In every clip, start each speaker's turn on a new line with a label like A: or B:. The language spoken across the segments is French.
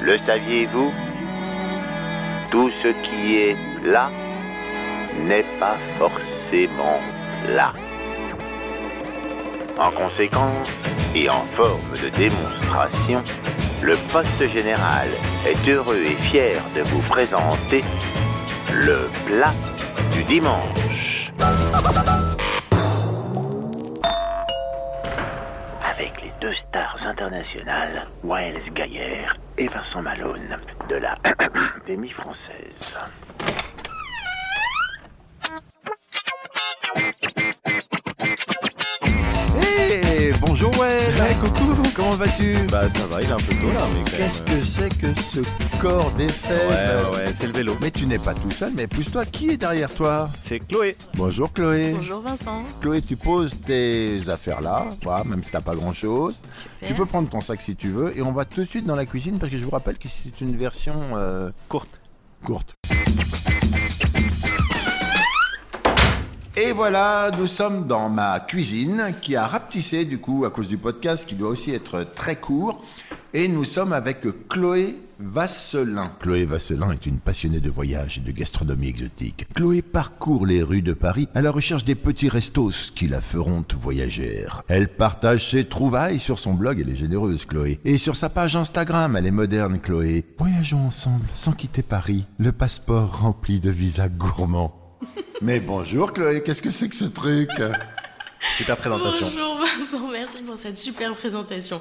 A: Le saviez-vous Tout ce qui est là n'est pas forcément là. En conséquence, et en forme de démonstration, le poste général est heureux et fier de vous présenter le plat du dimanche. Avec les deux stars internationales, Waels Gaillère et Vincent Malone, de la Académie française.
B: Hey, bonjour Well Coucou Comment vas-tu
C: Bah ça va, il est un peu tôt là, mais quand
B: Qu'est-ce
C: même,
B: que c'est que ce corps
C: euh,
B: d'effet
C: Ouais, ouais, ouais, c'est le vélo.
B: Mais tu n'es pas tout seul, mais pousse-toi, qui est derrière toi
C: C'est Chloé.
B: Bonjour Chloé
D: Bonjour Vincent.
B: Chloé, tu poses tes affaires là, voilà, même si t'as pas grand-chose. Tu peux prendre ton sac si tu veux, et on va tout de suite dans la cuisine, parce que je vous rappelle que c'est une version euh,
C: Courte.
B: courte. Et voilà, nous sommes dans ma cuisine qui a rapetissé du coup à cause du podcast qui doit aussi être très court. Et nous sommes avec Chloé Vasselin. Chloé Vasselin est une passionnée de voyage et de gastronomie exotique. Chloé parcourt les rues de Paris à la recherche des petits restos qui la feront voyagère. Elle partage ses trouvailles sur son blog, elle est généreuse Chloé. Et sur sa page Instagram, elle est moderne Chloé. Voyageons ensemble sans quitter Paris, le passeport rempli de visas gourmands. Mais bonjour Chloé, qu'est-ce que c'est que ce truc
C: Super présentation.
D: Bonjour Vincent, merci pour cette super présentation.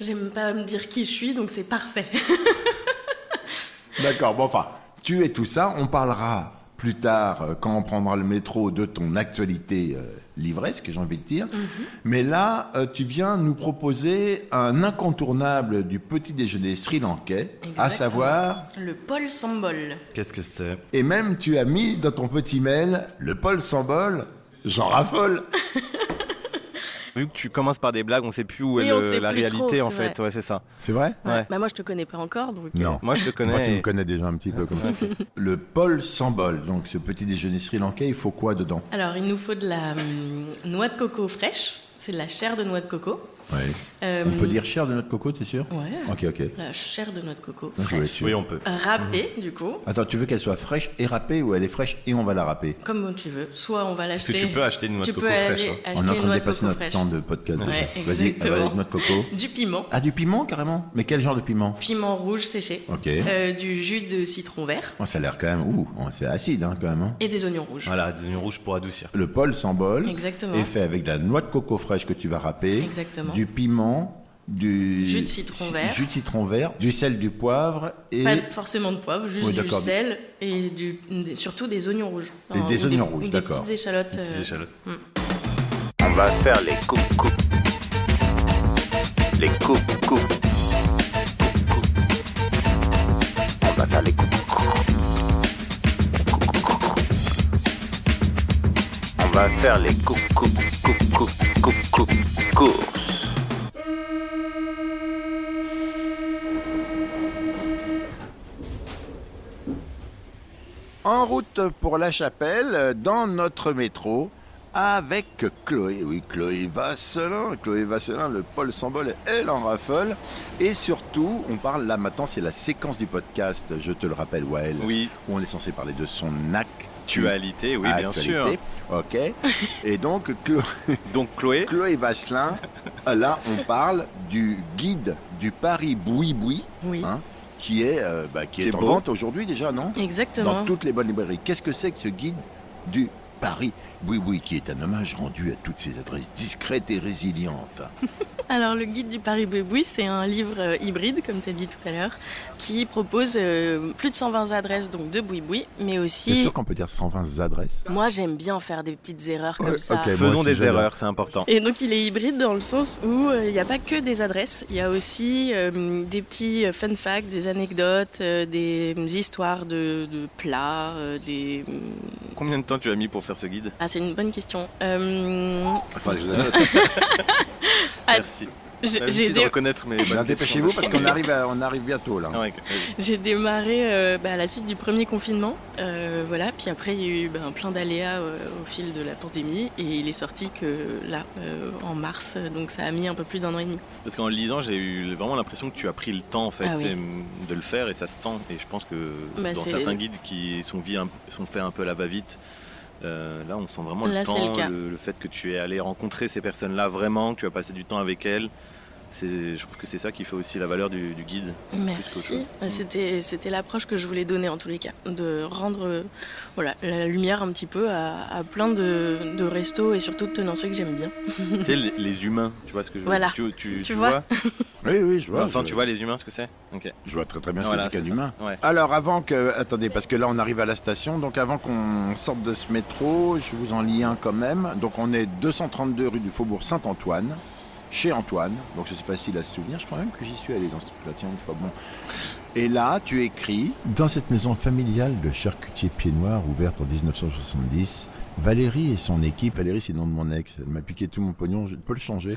D: J'aime pas me dire qui je suis, donc c'est parfait.
B: D'accord, bon enfin, tu es tout ça, on parlera plus tard euh, quand on prendra le métro de ton actualité euh, livresque, j'ai envie de dire. Mais là, euh, tu viens nous proposer un incontournable du petit déjeuner sri-lankais, à
D: Exactement.
B: savoir,
D: Le Paul Sambol.
C: Qu'est-ce que c'est
B: et même tu as mis dans ton petit mail le Paul Sambol, j'en raffole.
C: Vu que tu commences par des blagues, on sait plus où
D: Oui,
C: est
D: on
C: le-
D: sait
C: la
D: plus
C: réalité
D: trop,
C: en
D: c'est
C: fait. Ouais, c'est ça.
B: C'est vrai
C: Ouais.
D: Bah moi je te connais pas encore, donc. euh,
B: Non.
C: Moi je te connais.
B: Moi, tu me
C: et-
B: connais déjà un petit peu comme ça. Le Paul Sambol, donc ce petit déjeuner sri-lankais, il faut quoi dedans
D: Alors il nous faut de la hum, noix de coco fraîche. C'est de la chair de noix de coco. Euh,
B: On peut dire chair de notre coco, c'est sûr
D: Ouais.
B: Ok, ok.
D: La chair de noix de coco
B: Je voulais être
D: fraîche.
B: sûr.
C: Oui, on peut.
D: Râpée du coup,
B: Attends, tu veux qu'elle soit fraîche et râpée ou elle est fraîche et on va la râper
D: comme tu veux. Soit on va l'acheter.
C: tu peux acheter une noix de
D: Tu
C: coco
D: peux
C: fraîche,
D: aller
C: hein.
B: On est
D: acheter
B: en
D: une
B: train de
D: noix de
B: dépasser
D: coco
B: notre
D: fraîche.
B: temps de podcast
D: Ouais,
B: déjà. Vas-y, elle va
D: exactement.
B: avec notre coco.
D: Du piment.
B: Ah, du piment carrément Mais quel genre de piment
D: Piment rouge séché.
B: Ok.
D: Euh, du jus de citron vert.
B: Oh, Ça a l'air quand même. Ouh, oh, c'est acide hein, quand même. hein.
D: Et des oignons rouges.
C: Voilà, des oignons rouges pour adoucir.
B: Le Paul sans bol
D: Exactement.
B: est fait avec de la noix de coco fraîche que tu vas râper,
D: Exactement.
B: du piment, du
D: Jus de citron
B: ci-
D: vert.
B: jus de citron vert, du sel, du poivre et
D: Pas forcément de poivre, juste
B: Oui,
D: du
B: d'accord.
D: sel et du, des- surtout des oignons rouges.
B: Et
D: Enfin,
B: des
D: ou
B: oignons
D: ou
B: rouges,
D: des
B: d'accord.
D: petites échalotes.
C: Des
D: euh,
C: échalotes.
A: On va faire les coupes coupes. Les coupes coupes. Coupes, coupes. On va faire les coupes coupes. Coupes, coupes. On va faire les coupes coupes coupes coupes coupes coupes courses.
B: En route pour la chapelle, euh, dans notre métro, avec Chloé, oui, Chloé Vasselin, Chloé Vasselin, le Paul Sambol, elle en raffole. Et surtout, on parle là maintenant, c'est la séquence du podcast, je te le rappelle, Wael,
C: Oui,
B: où on est censé parler de son NAC.
C: dualité,
B: Ah,
C: oui, bien sûr.
B: Ok. Et donc, Chlo-
C: Donc Chloé,
B: Chloé Vasselin, là, on parle du guide du Paris Boui-Boui,
D: Oui,
B: hein, qui est, euh, bah, qui
C: Qui
B: est,
C: est
B: en
C: beau.
B: vente aujourd'hui déjà, non dans
D: exactement.
B: toutes les bonnes librairies. Qu'est-ce que c'est que ce guide du Paris Oui, oui, qui est un hommage rendu à toutes ces adresses discrètes et résilientes.
D: Alors, le guide du Paris Boui, c'est un livre euh, hybride, comme tu as dit tout à l'heure, qui propose euh, plus de 120 adresses donc de Boui, mais aussi.
B: qu'on peut dire 120 adresses
D: Moi, j'aime bien faire des petites erreurs comme
B: Ouais,
D: ça.
B: ok. Et moi
C: faisons
B: aussi,
C: des
B: j'adore.
C: erreurs, c'est important.
D: Et donc il est hybride dans le sens où euh, il n'y a pas que des adresses, il y a aussi euh, des petits euh, fun facts, des anecdotes, euh, des euh, histoires de, de plats, euh, des...
C: Combien de temps tu as mis pour faire ce guide
D: Ah c'est une bonne question. Euh,
B: Enfin, je-
C: Merci.
D: J'ai-
C: J'ai
D: J'ai
C: essayé de
D: dé-
C: reconnaître mes. bonnes
B: Eh Bien,
C: questions,
B: dépêchez-vous
C: mais je
B: parce
C: crois
B: qu'on
C: que-
B: arrive, à- on arrive bientôt là.
C: Ah ouais, ok.
D: j'ai démarré euh, bah, à la suite du premier confinement, euh, voilà. Puis après, il y a eu ben, plein d'aléas euh, au fil de la pandémie, et il est sorti que là, euh, en mars, donc ça a mis un peu plus d'un an et demi.
C: Parce qu'en le lisant, j'ai eu vraiment l'impression que tu as pris le temps en fait
D: Ah oui.
C: et- de le faire et ça se sent. Et je pense que
D: Bah,
C: dans
D: c'est-
C: certains guides qui sont, vie un- sont faits un peu à la va-vite, euh, là on sent vraiment le
D: Là, c'est
C: temps,
D: le cas.
C: le fait que tu es allé rencontrer ces personnes-là vraiment, que tu as passé du temps avec elles. C'est- Je trouve que c'est ça qui fait aussi la valeur du, du guide. qu'autre chose.
D: Merci. Bah, C'était c'était l'approche que je voulais donner en tous les cas, de rendre euh, voilà la lumière un petit peu à, à plein de, de restos et surtout de tenanciers que j'aime bien.
C: tu sais, les, les humains, tu vois ce que je veux
D: Voilà.
C: dire Tu, tu-
D: Tu
C: tu
D: vois
C: vois,
B: Oui, oui, je vois.
C: Vincent,
B: je,
C: tu vois les humains ce que c'est Ok.
B: je vois très très bien
C: Voilà,
B: ce que c'est qu'un
C: c'est ça.
B: humain.
C: Ouais.
B: Alors avant que... Attendez, parce que là on arrive à la station, donc avant qu'on sorte de ce métro, je vous en lis un quand même. Donc on est 232 rue du Faubourg Saint-Antoine, chez Antoine. Donc ça, c'est facile à se souvenir, je crois même que j'y suis allé dans ce truc-là, tiens une fois, bon. Et là, tu écris... Dans cette maison familiale de charcutier pied noir, ouverte en 1970, Valérie et son équipe, Valérie c'est le nom de mon ex, elle m'a piqué tout mon pognon, je peux le changer.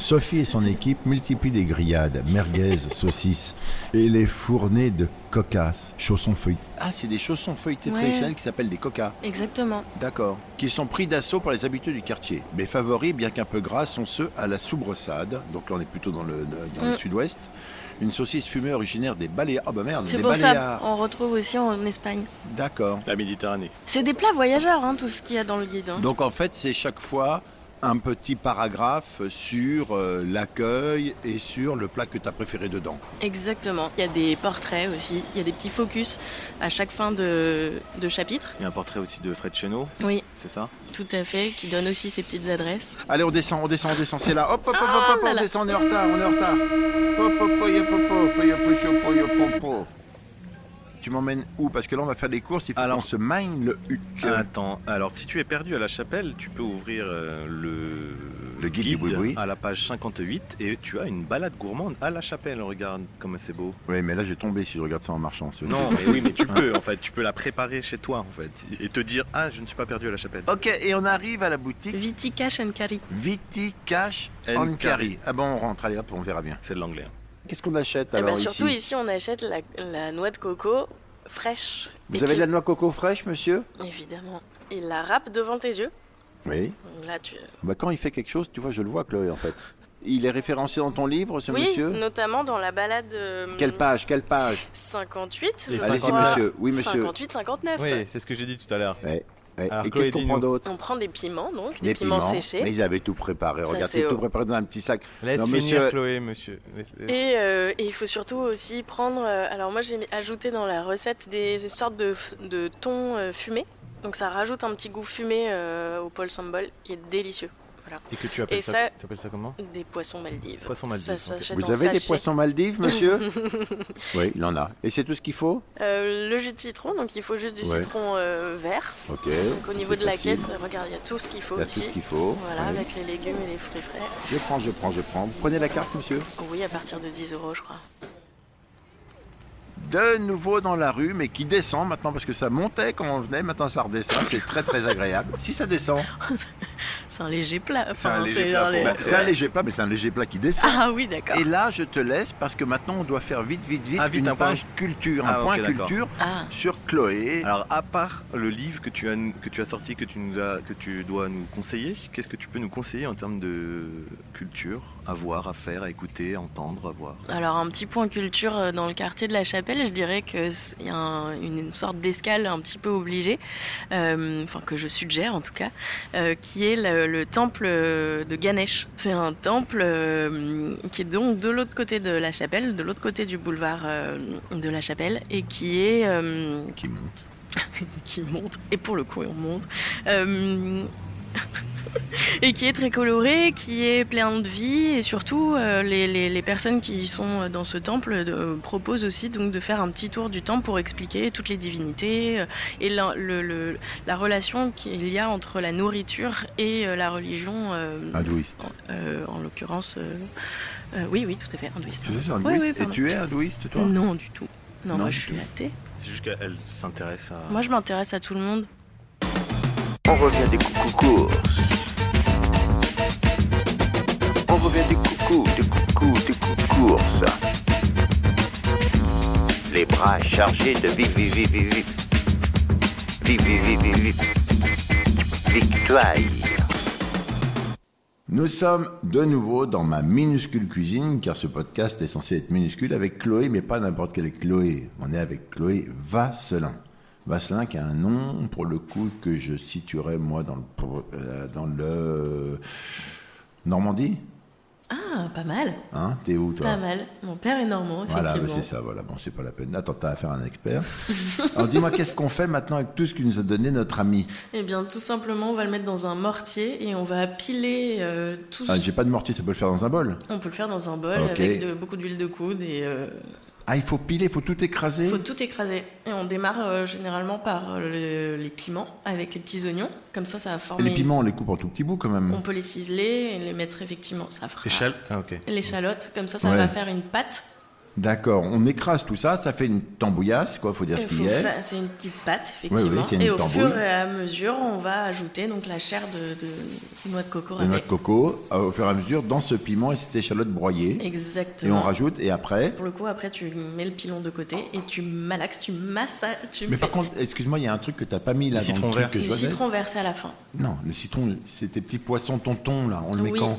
B: Sophie et son équipe multiplient les grillades, merguez, saucisses et les fournées de cocasses, chaussons feuilletés. Ah, c'est des chaussons feuilletés
D: Ouais.
B: traditionnels qui s'appellent des cocas.
D: Exactement.
B: D'accord. Qui sont pris d'assaut par les habitués du quartier. Mes favoris, bien qu'un peu gras, sont ceux à la soubresade. Donc là, on est plutôt dans le, dans le
D: Mm.
B: sud-ouest. Une saucisse fumée originaire des Baléares. Ah bah merde,
D: C'est
B: des
D: pour ça
B: Baléares.
D: on retrouve aussi en Espagne.
B: D'accord.
C: La Méditerranée.
D: C'est des plats voyageurs, hein, tout ce qu'il y a dans le guide. hein.
B: Donc en fait, c'est chaque fois un petit paragraphe sur euh, l'accueil et sur le plat que tu as préféré dedans.
D: Exactement. Il y a des portraits aussi, il y a des petits focus à chaque fin de, de chapitre.
C: Il y a un portrait aussi de Fred Chenot,
D: Oui,
C: c'est ça
D: tout à fait, qui donne aussi ses petites adresses.
B: Allez, on descend, on descend, on descend. C'est là. Hop, hop, hop, hop, hop,
D: Ah, là
B: on
D: là.
B: descend, on est en retard, on est en retard. Hop, hop, hop, hop, hop, hop, hop, hop, hop, hop, hop, hop. Tu m'emmènes où Parce que là, on va faire des courses. Il faut
C: Alors-
B: qu'on se mine le huc.
C: Attends, alors si tu es perdu à la chapelle, tu peux ouvrir euh, le,
B: Le guide du boui-boui.
C: à la page 58 et tu as une balade gourmande à la chapelle. Regarde comme c'est beau.
B: Oui, mais là, j'ai tombé si je regarde ça en marchant. ce-
C: Non, mais oui, mais tu peux en fait, tu peux la préparer chez toi en fait et te dire ah je ne suis pas perdu à la chapelle.
B: Ok, et on arrive à la boutique
D: Viti Cash and Carry.
B: Viti Cash
C: And
B: and Carry.
C: Carry.
B: Ah bon, on rentre. Allez, hop, on verra bien.
C: C'est de l'anglais. hein.
B: Qu'est-ce qu'on achète
D: Eh ben,
B: alors
D: surtout
B: ici
D: ici, on achète la, la noix de coco fraîche.
B: Vous avez de la noix coco fraîche, monsieur
D: Évidemment. Il la râpe devant tes yeux.
B: Oui.
D: Là, tu...
B: Bah, quand il fait quelque chose, tu vois, je le vois, Chloé, en fait. Il est référencé dans ton livre, ce
D: Oui,
B: monsieur
D: notamment dans la balade euh,
B: Quelle page Quelle page
D: 58, je
B: Allez-y,
D: crois.
B: monsieur. Oui, monsieur.
D: 58-59.
C: Oui, c'est ce que j'ai dit tout à l'heure.
B: Ouais.
C: Alors,
B: Et
C: Chloé,
B: qu'est-ce qu'on
C: dis-nous.
B: prend d'autre
D: On prend des piments, donc, des, piments, séchés.
B: Mais ils avaient tout préparé.
D: Ça,
B: Regarde,
D: c'est
B: c'est tout
D: au-
B: préparé dans un petit sac.
C: Laisse
B: Non,
C: finir
B: monsieur-
C: Chloé, monsieur. Laisse- laisse-
D: Et, euh, et il faut surtout aussi prendre. euh, alors, moi, j'ai mis- ajouté dans la recette des sortes de, f- de thon euh, fumé. Donc, ça rajoute un petit goût fumé euh, au Paul Sambol qui est délicieux.
C: Et que tu appelles
D: Et
C: ça,
D: ça-
C: t'appelles ça comment
D: Des poissons Maldives.
C: Poissons Maldives,
D: Ça
C: ok.
D: s'achète
B: Vous
D: en
B: avez des
D: sachet.
B: poissons Maldives, monsieur Oui, il en a. Et c'est tout ce qu'il faut
D: Euh, le jus de citron, donc il faut juste du
B: Ouais.
D: citron euh, vert.
B: Ok.
D: Donc au niveau
B: c'est
D: de la
B: facile.
D: caisse, regarde, il y a tout ce qu'il faut
B: Il y a tout
D: ici.
B: ce qu'il faut.
D: Voilà,
B: Ouais.
D: avec les légumes et les fruits frais.
B: Je prends, je prends, je prends. Vous Prenez la carte, monsieur.
D: Oui, à partir de 10 euros, je crois.
B: De nouveau dans la rue, mais qui descend maintenant parce que ça montait quand on venait. Maintenant, ça redescend. C'est très, très agréable. Si ça descend,
D: C'est un léger plat. Enfin,
C: un léger plat
D: genre
C: pour
D: les-
B: bah,
C: moi.
B: c'est un léger plat, mais c'est un léger plat qui descend.
D: Eh Ah oui, d'accord.
B: Et là, je te laisse parce que maintenant, on doit faire vite, vite, vite,
C: Ah, vite,
B: une
C: un point.
B: page culture, un
C: Ah, ok,
B: point
C: d'accord.
B: culture
D: Ah,
B: sur Chloé.
C: Alors à part le livre que tu as que tu as sorti que tu nous as que tu dois nous conseiller, qu'est-ce que tu peux nous conseiller en termes de culture, à voir, à faire, à écouter, à entendre, à voir
D: alors un petit point culture euh, dans le quartier de la Chapelle, je dirais qu'il y a un- une sorte d'escale un petit peu obligée, euh, enfin que je suggère en tout cas, euh, qui est le, le temple euh, de Ganesh. C'est un temple euh, qui est donc de l'autre côté de la Chapelle, de l'autre côté du boulevard euh, de la Chapelle, et qui est euh,
B: Qui monte.
D: qui monte, et pour le coup on monte, Euh, et qui est très coloré, qui est plein de vie, et surtout euh, les, les- les personnes qui sont dans ce temple euh, proposent aussi donc de faire un petit tour du temple pour expliquer toutes les divinités euh, et la, le- le- la relation qu'il y a entre la nourriture et euh, la religion, euh,
B: Hindouiste.
D: euh, en l'occurrence, euh, euh, oui oui tout à fait hindouiste.
B: C'est ça, c'est
D: Ouais,
B: hindouiste.
D: ouais,
B: Et
D: pardon.
B: tu es hindouiste, toi
D: Non du tout. Non,
B: Non
D: moi
B: du
D: je suis
B: tout.
D: athée.
C: C'est juste qu'elle s'intéresse à.
D: Moi je m'intéresse à tout le monde.
A: On revient des coucou courses. On revient des coucou cou, de coucou, de cou- course. Les bras chargés de vive, vive, vive, vive, vive, vive, vive, vive, victoire.
B: Nous sommes de nouveau dans ma minuscule cuisine, car ce podcast est censé être minuscule avec Chloé, mais pas n'importe quelle Chloé. On est avec Chloé Vasselin. Vasselin qui a un nom, pour le coup, que je situerais moi dans le, pour- euh, dans le Normandie.
D: Ah, pas mal.
B: Hein T'es où toi
D: Pas mal. Mon père est
B: Voilà,
D: normand, Ah, bah, effectivement.
B: bah, c'est ça, voilà. Bon, c'est pas la peine. Attends, t'as affaire à un expert. Alors dis-moi, qu'est-ce qu'on fait maintenant avec tout ce que nous a donné notre ami
D: Eh bien, tout simplement, on va le mettre dans un mortier et on va piler euh, tout.
B: Ah, J'ai pas de mortier, ça peut le faire dans un bol.
D: On peut le faire dans un bol
B: Ok.
D: avec de- beaucoup d'huile de coude et euh,
B: Ah, il faut piler, il faut tout écraser.
D: faut tout écraser. Et on démarre euh, généralement par euh, le- les piments avec les petits oignons. Comme ça, ça va
B: Et
D: former.
B: les piments, on les coupe en tout petits bouts quand même.
D: On peut les ciseler et les mettre effectivement. Ça fera.
E: Échelle Ah, ok.
D: L'échalote, comme ça, ça
B: Ouais.
D: va faire une pâte.
B: D'accord, on écrase tout ça, ça fait une tambouillasse, quoi, faut dire ce
D: Il faut
B: qu'il y a.
D: fa- C'est une petite pâte,
B: oui,
D: effectivement.
B: c'est une
D: et au
B: tambouille.
D: fur et à mesure, on va ajouter donc la chair de, de noix de coco
B: Des noix de
D: râpée.
B: coco, euh, au fur et à mesure, dans ce piment et cette échalote broyée. Et
D: Exactement.
B: on rajoute, et après.
D: Pour le coup, après, tu mets le pilon de côté et tu malaxes, tu massas, tu
B: Mais
D: fais
B: par contre, excuse-moi, il y a un truc que t'as pas mis
E: Le
B: là dans le
E: citron
B: truc
E: vert.
B: que je
D: du
B: vois.
D: citron versé à la fin.
B: Non, le citron, c'est tes petits poissons tontons là, on le met
D: Ah Oui.
B: quand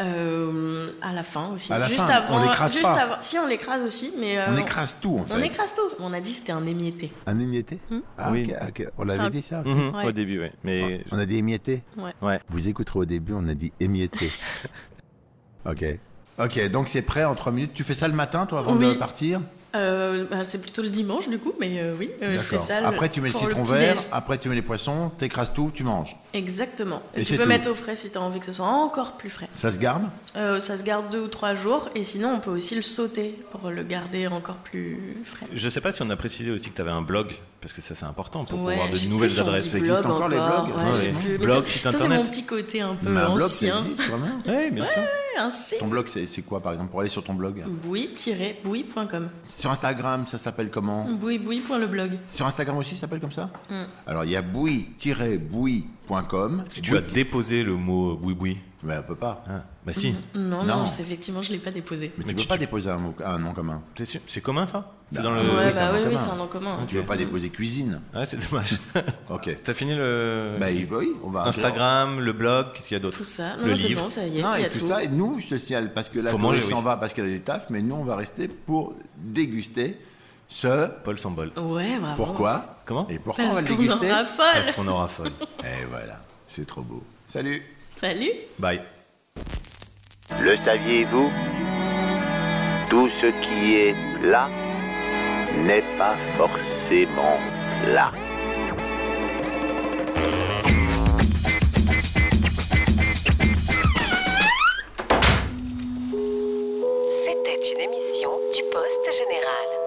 D: Euh, à la fin aussi.
B: À la
D: juste
B: fin,
D: avant.
B: on l'écrase
D: juste
B: pas.
D: avant. Si, on l'écrase aussi, mais. euh,
B: On écrase tout en fait.
D: on écrase tout. On a dit que c'était un émietté.
B: Un émietté
D: Hmm.
B: Ah,
E: Oui.
B: ok, ok. On
D: C'est
B: l'avait
D: un-
B: dit ça aussi.
E: Mhm,
D: Ouais.
E: Au début, oui. Mais
B: Ah, On a dit émietté
D: Ouais.
E: Ouais.
B: Vous écouterez au début, on a dit émietté. ok. Ok, donc c'est prêt en 3 minutes. Tu fais ça le matin, toi, avant de
D: Oui.
B: partir
D: Euh, bah, c'est plutôt le dimanche, du coup, mais euh, oui, euh, je fais
B: D'accord.
D: ça. le-
B: Après, tu mets le
D: pour
B: citron
D: petit
B: vert,
D: déj.
B: après, tu mets les poissons, t'écrases tout, tu manges.
D: Exactement.
B: Et
D: Et tu
B: c'est
D: peux
B: tout.
D: mettre au frais si tu as envie que ce soit encore plus frais.
B: Ça se garde
D: Euh, ça se garde deux ou trois jours et sinon on peut aussi le sauter pour le garder encore plus frais.
E: je sais pas si on a précisé aussi que tu avais un blog, parce que ça, c'est important pour
D: Ouais,
E: pouvoir
D: je sais
E: de
D: plus
E: nouvelles
D: si on dit
E: adresses.
B: existe
D: blog
B: encore, les blogs Ah
D: ouais,
E: Ouais,
D: je sais
E: ouais.
D: plus. Mais
E: Blog,
D: ça-
E: site
D: ça, c'est
E: internet.
D: mon petit côté un peu
B: Mais un blog, ça
D: ancien.
B: existe vraiment
E: Oui, bien sûr.
D: Ouais, un site.
B: Ton blog, c'est c'est quoi, par exemple, pour aller sur ton blog
D: Mm. boui-boui.com.
B: Sur Instagram, ça s'appelle comment
D: Mm. boui-boui.leblog.
B: Sur Instagram aussi, ça s'appelle comme ça
D: Mm.
B: Alors, il y a boui-boui.com.
E: Est-ce que tu as déposé le mot euh, boui-boui
B: Mais on peut pas.
E: Ah, Bah si.
D: Non, non,
B: Non.
D: c'est- effectivement, je l'ai pas déposé.
B: Mais,
E: Mais
B: tu peux
E: tu-
B: pas
E: tu-
B: déposer un, mot- un nom commun.
E: T'es sûr C'est commun, ça C'est dans le.
D: ouais,
B: Ah oui, c'est un
D: bah
B: nom
D: oui, oui,
B: commun. Ah,
D: c'est un nom
E: Ah,
D: commun.
B: Tu peux pas déposer cuisine.
E: Ouais, c'est dommage.
B: Ok.
E: T'as fini le.
B: Bah, il oui, on va.
E: Euh, Instagram, le blog, qu'est-ce qu'il y a d'autre
D: Tout ça,
E: Le
D: non, c'est
E: livre.
D: bon, ça y est,
B: Non,
D: il y
B: et
D: a
B: tout,
D: tout.
B: ça, et nous, je te signale, parce que là,
E: Faut
B: Chloé
E: manger, oui.
B: s'en va parce qu'elle a du taf, mais nous, on va rester pour déguster ce.
E: Paul Sambol.
D: Ouais, bravo.
B: Pourquoi Oh,
E: Comment
B: Et pourquoi on
D: Ah Parce
B: va le
D: qu'on en
B: déguster
E: Parce
D: raffole.
E: qu'on aura folle.
B: Et voilà, c'est trop beau. Salut
D: Salut.
E: Bye.
A: Le saviez-vous Tout ce qui est là n'est pas forcément là.
F: C'était une émission du Poste Général.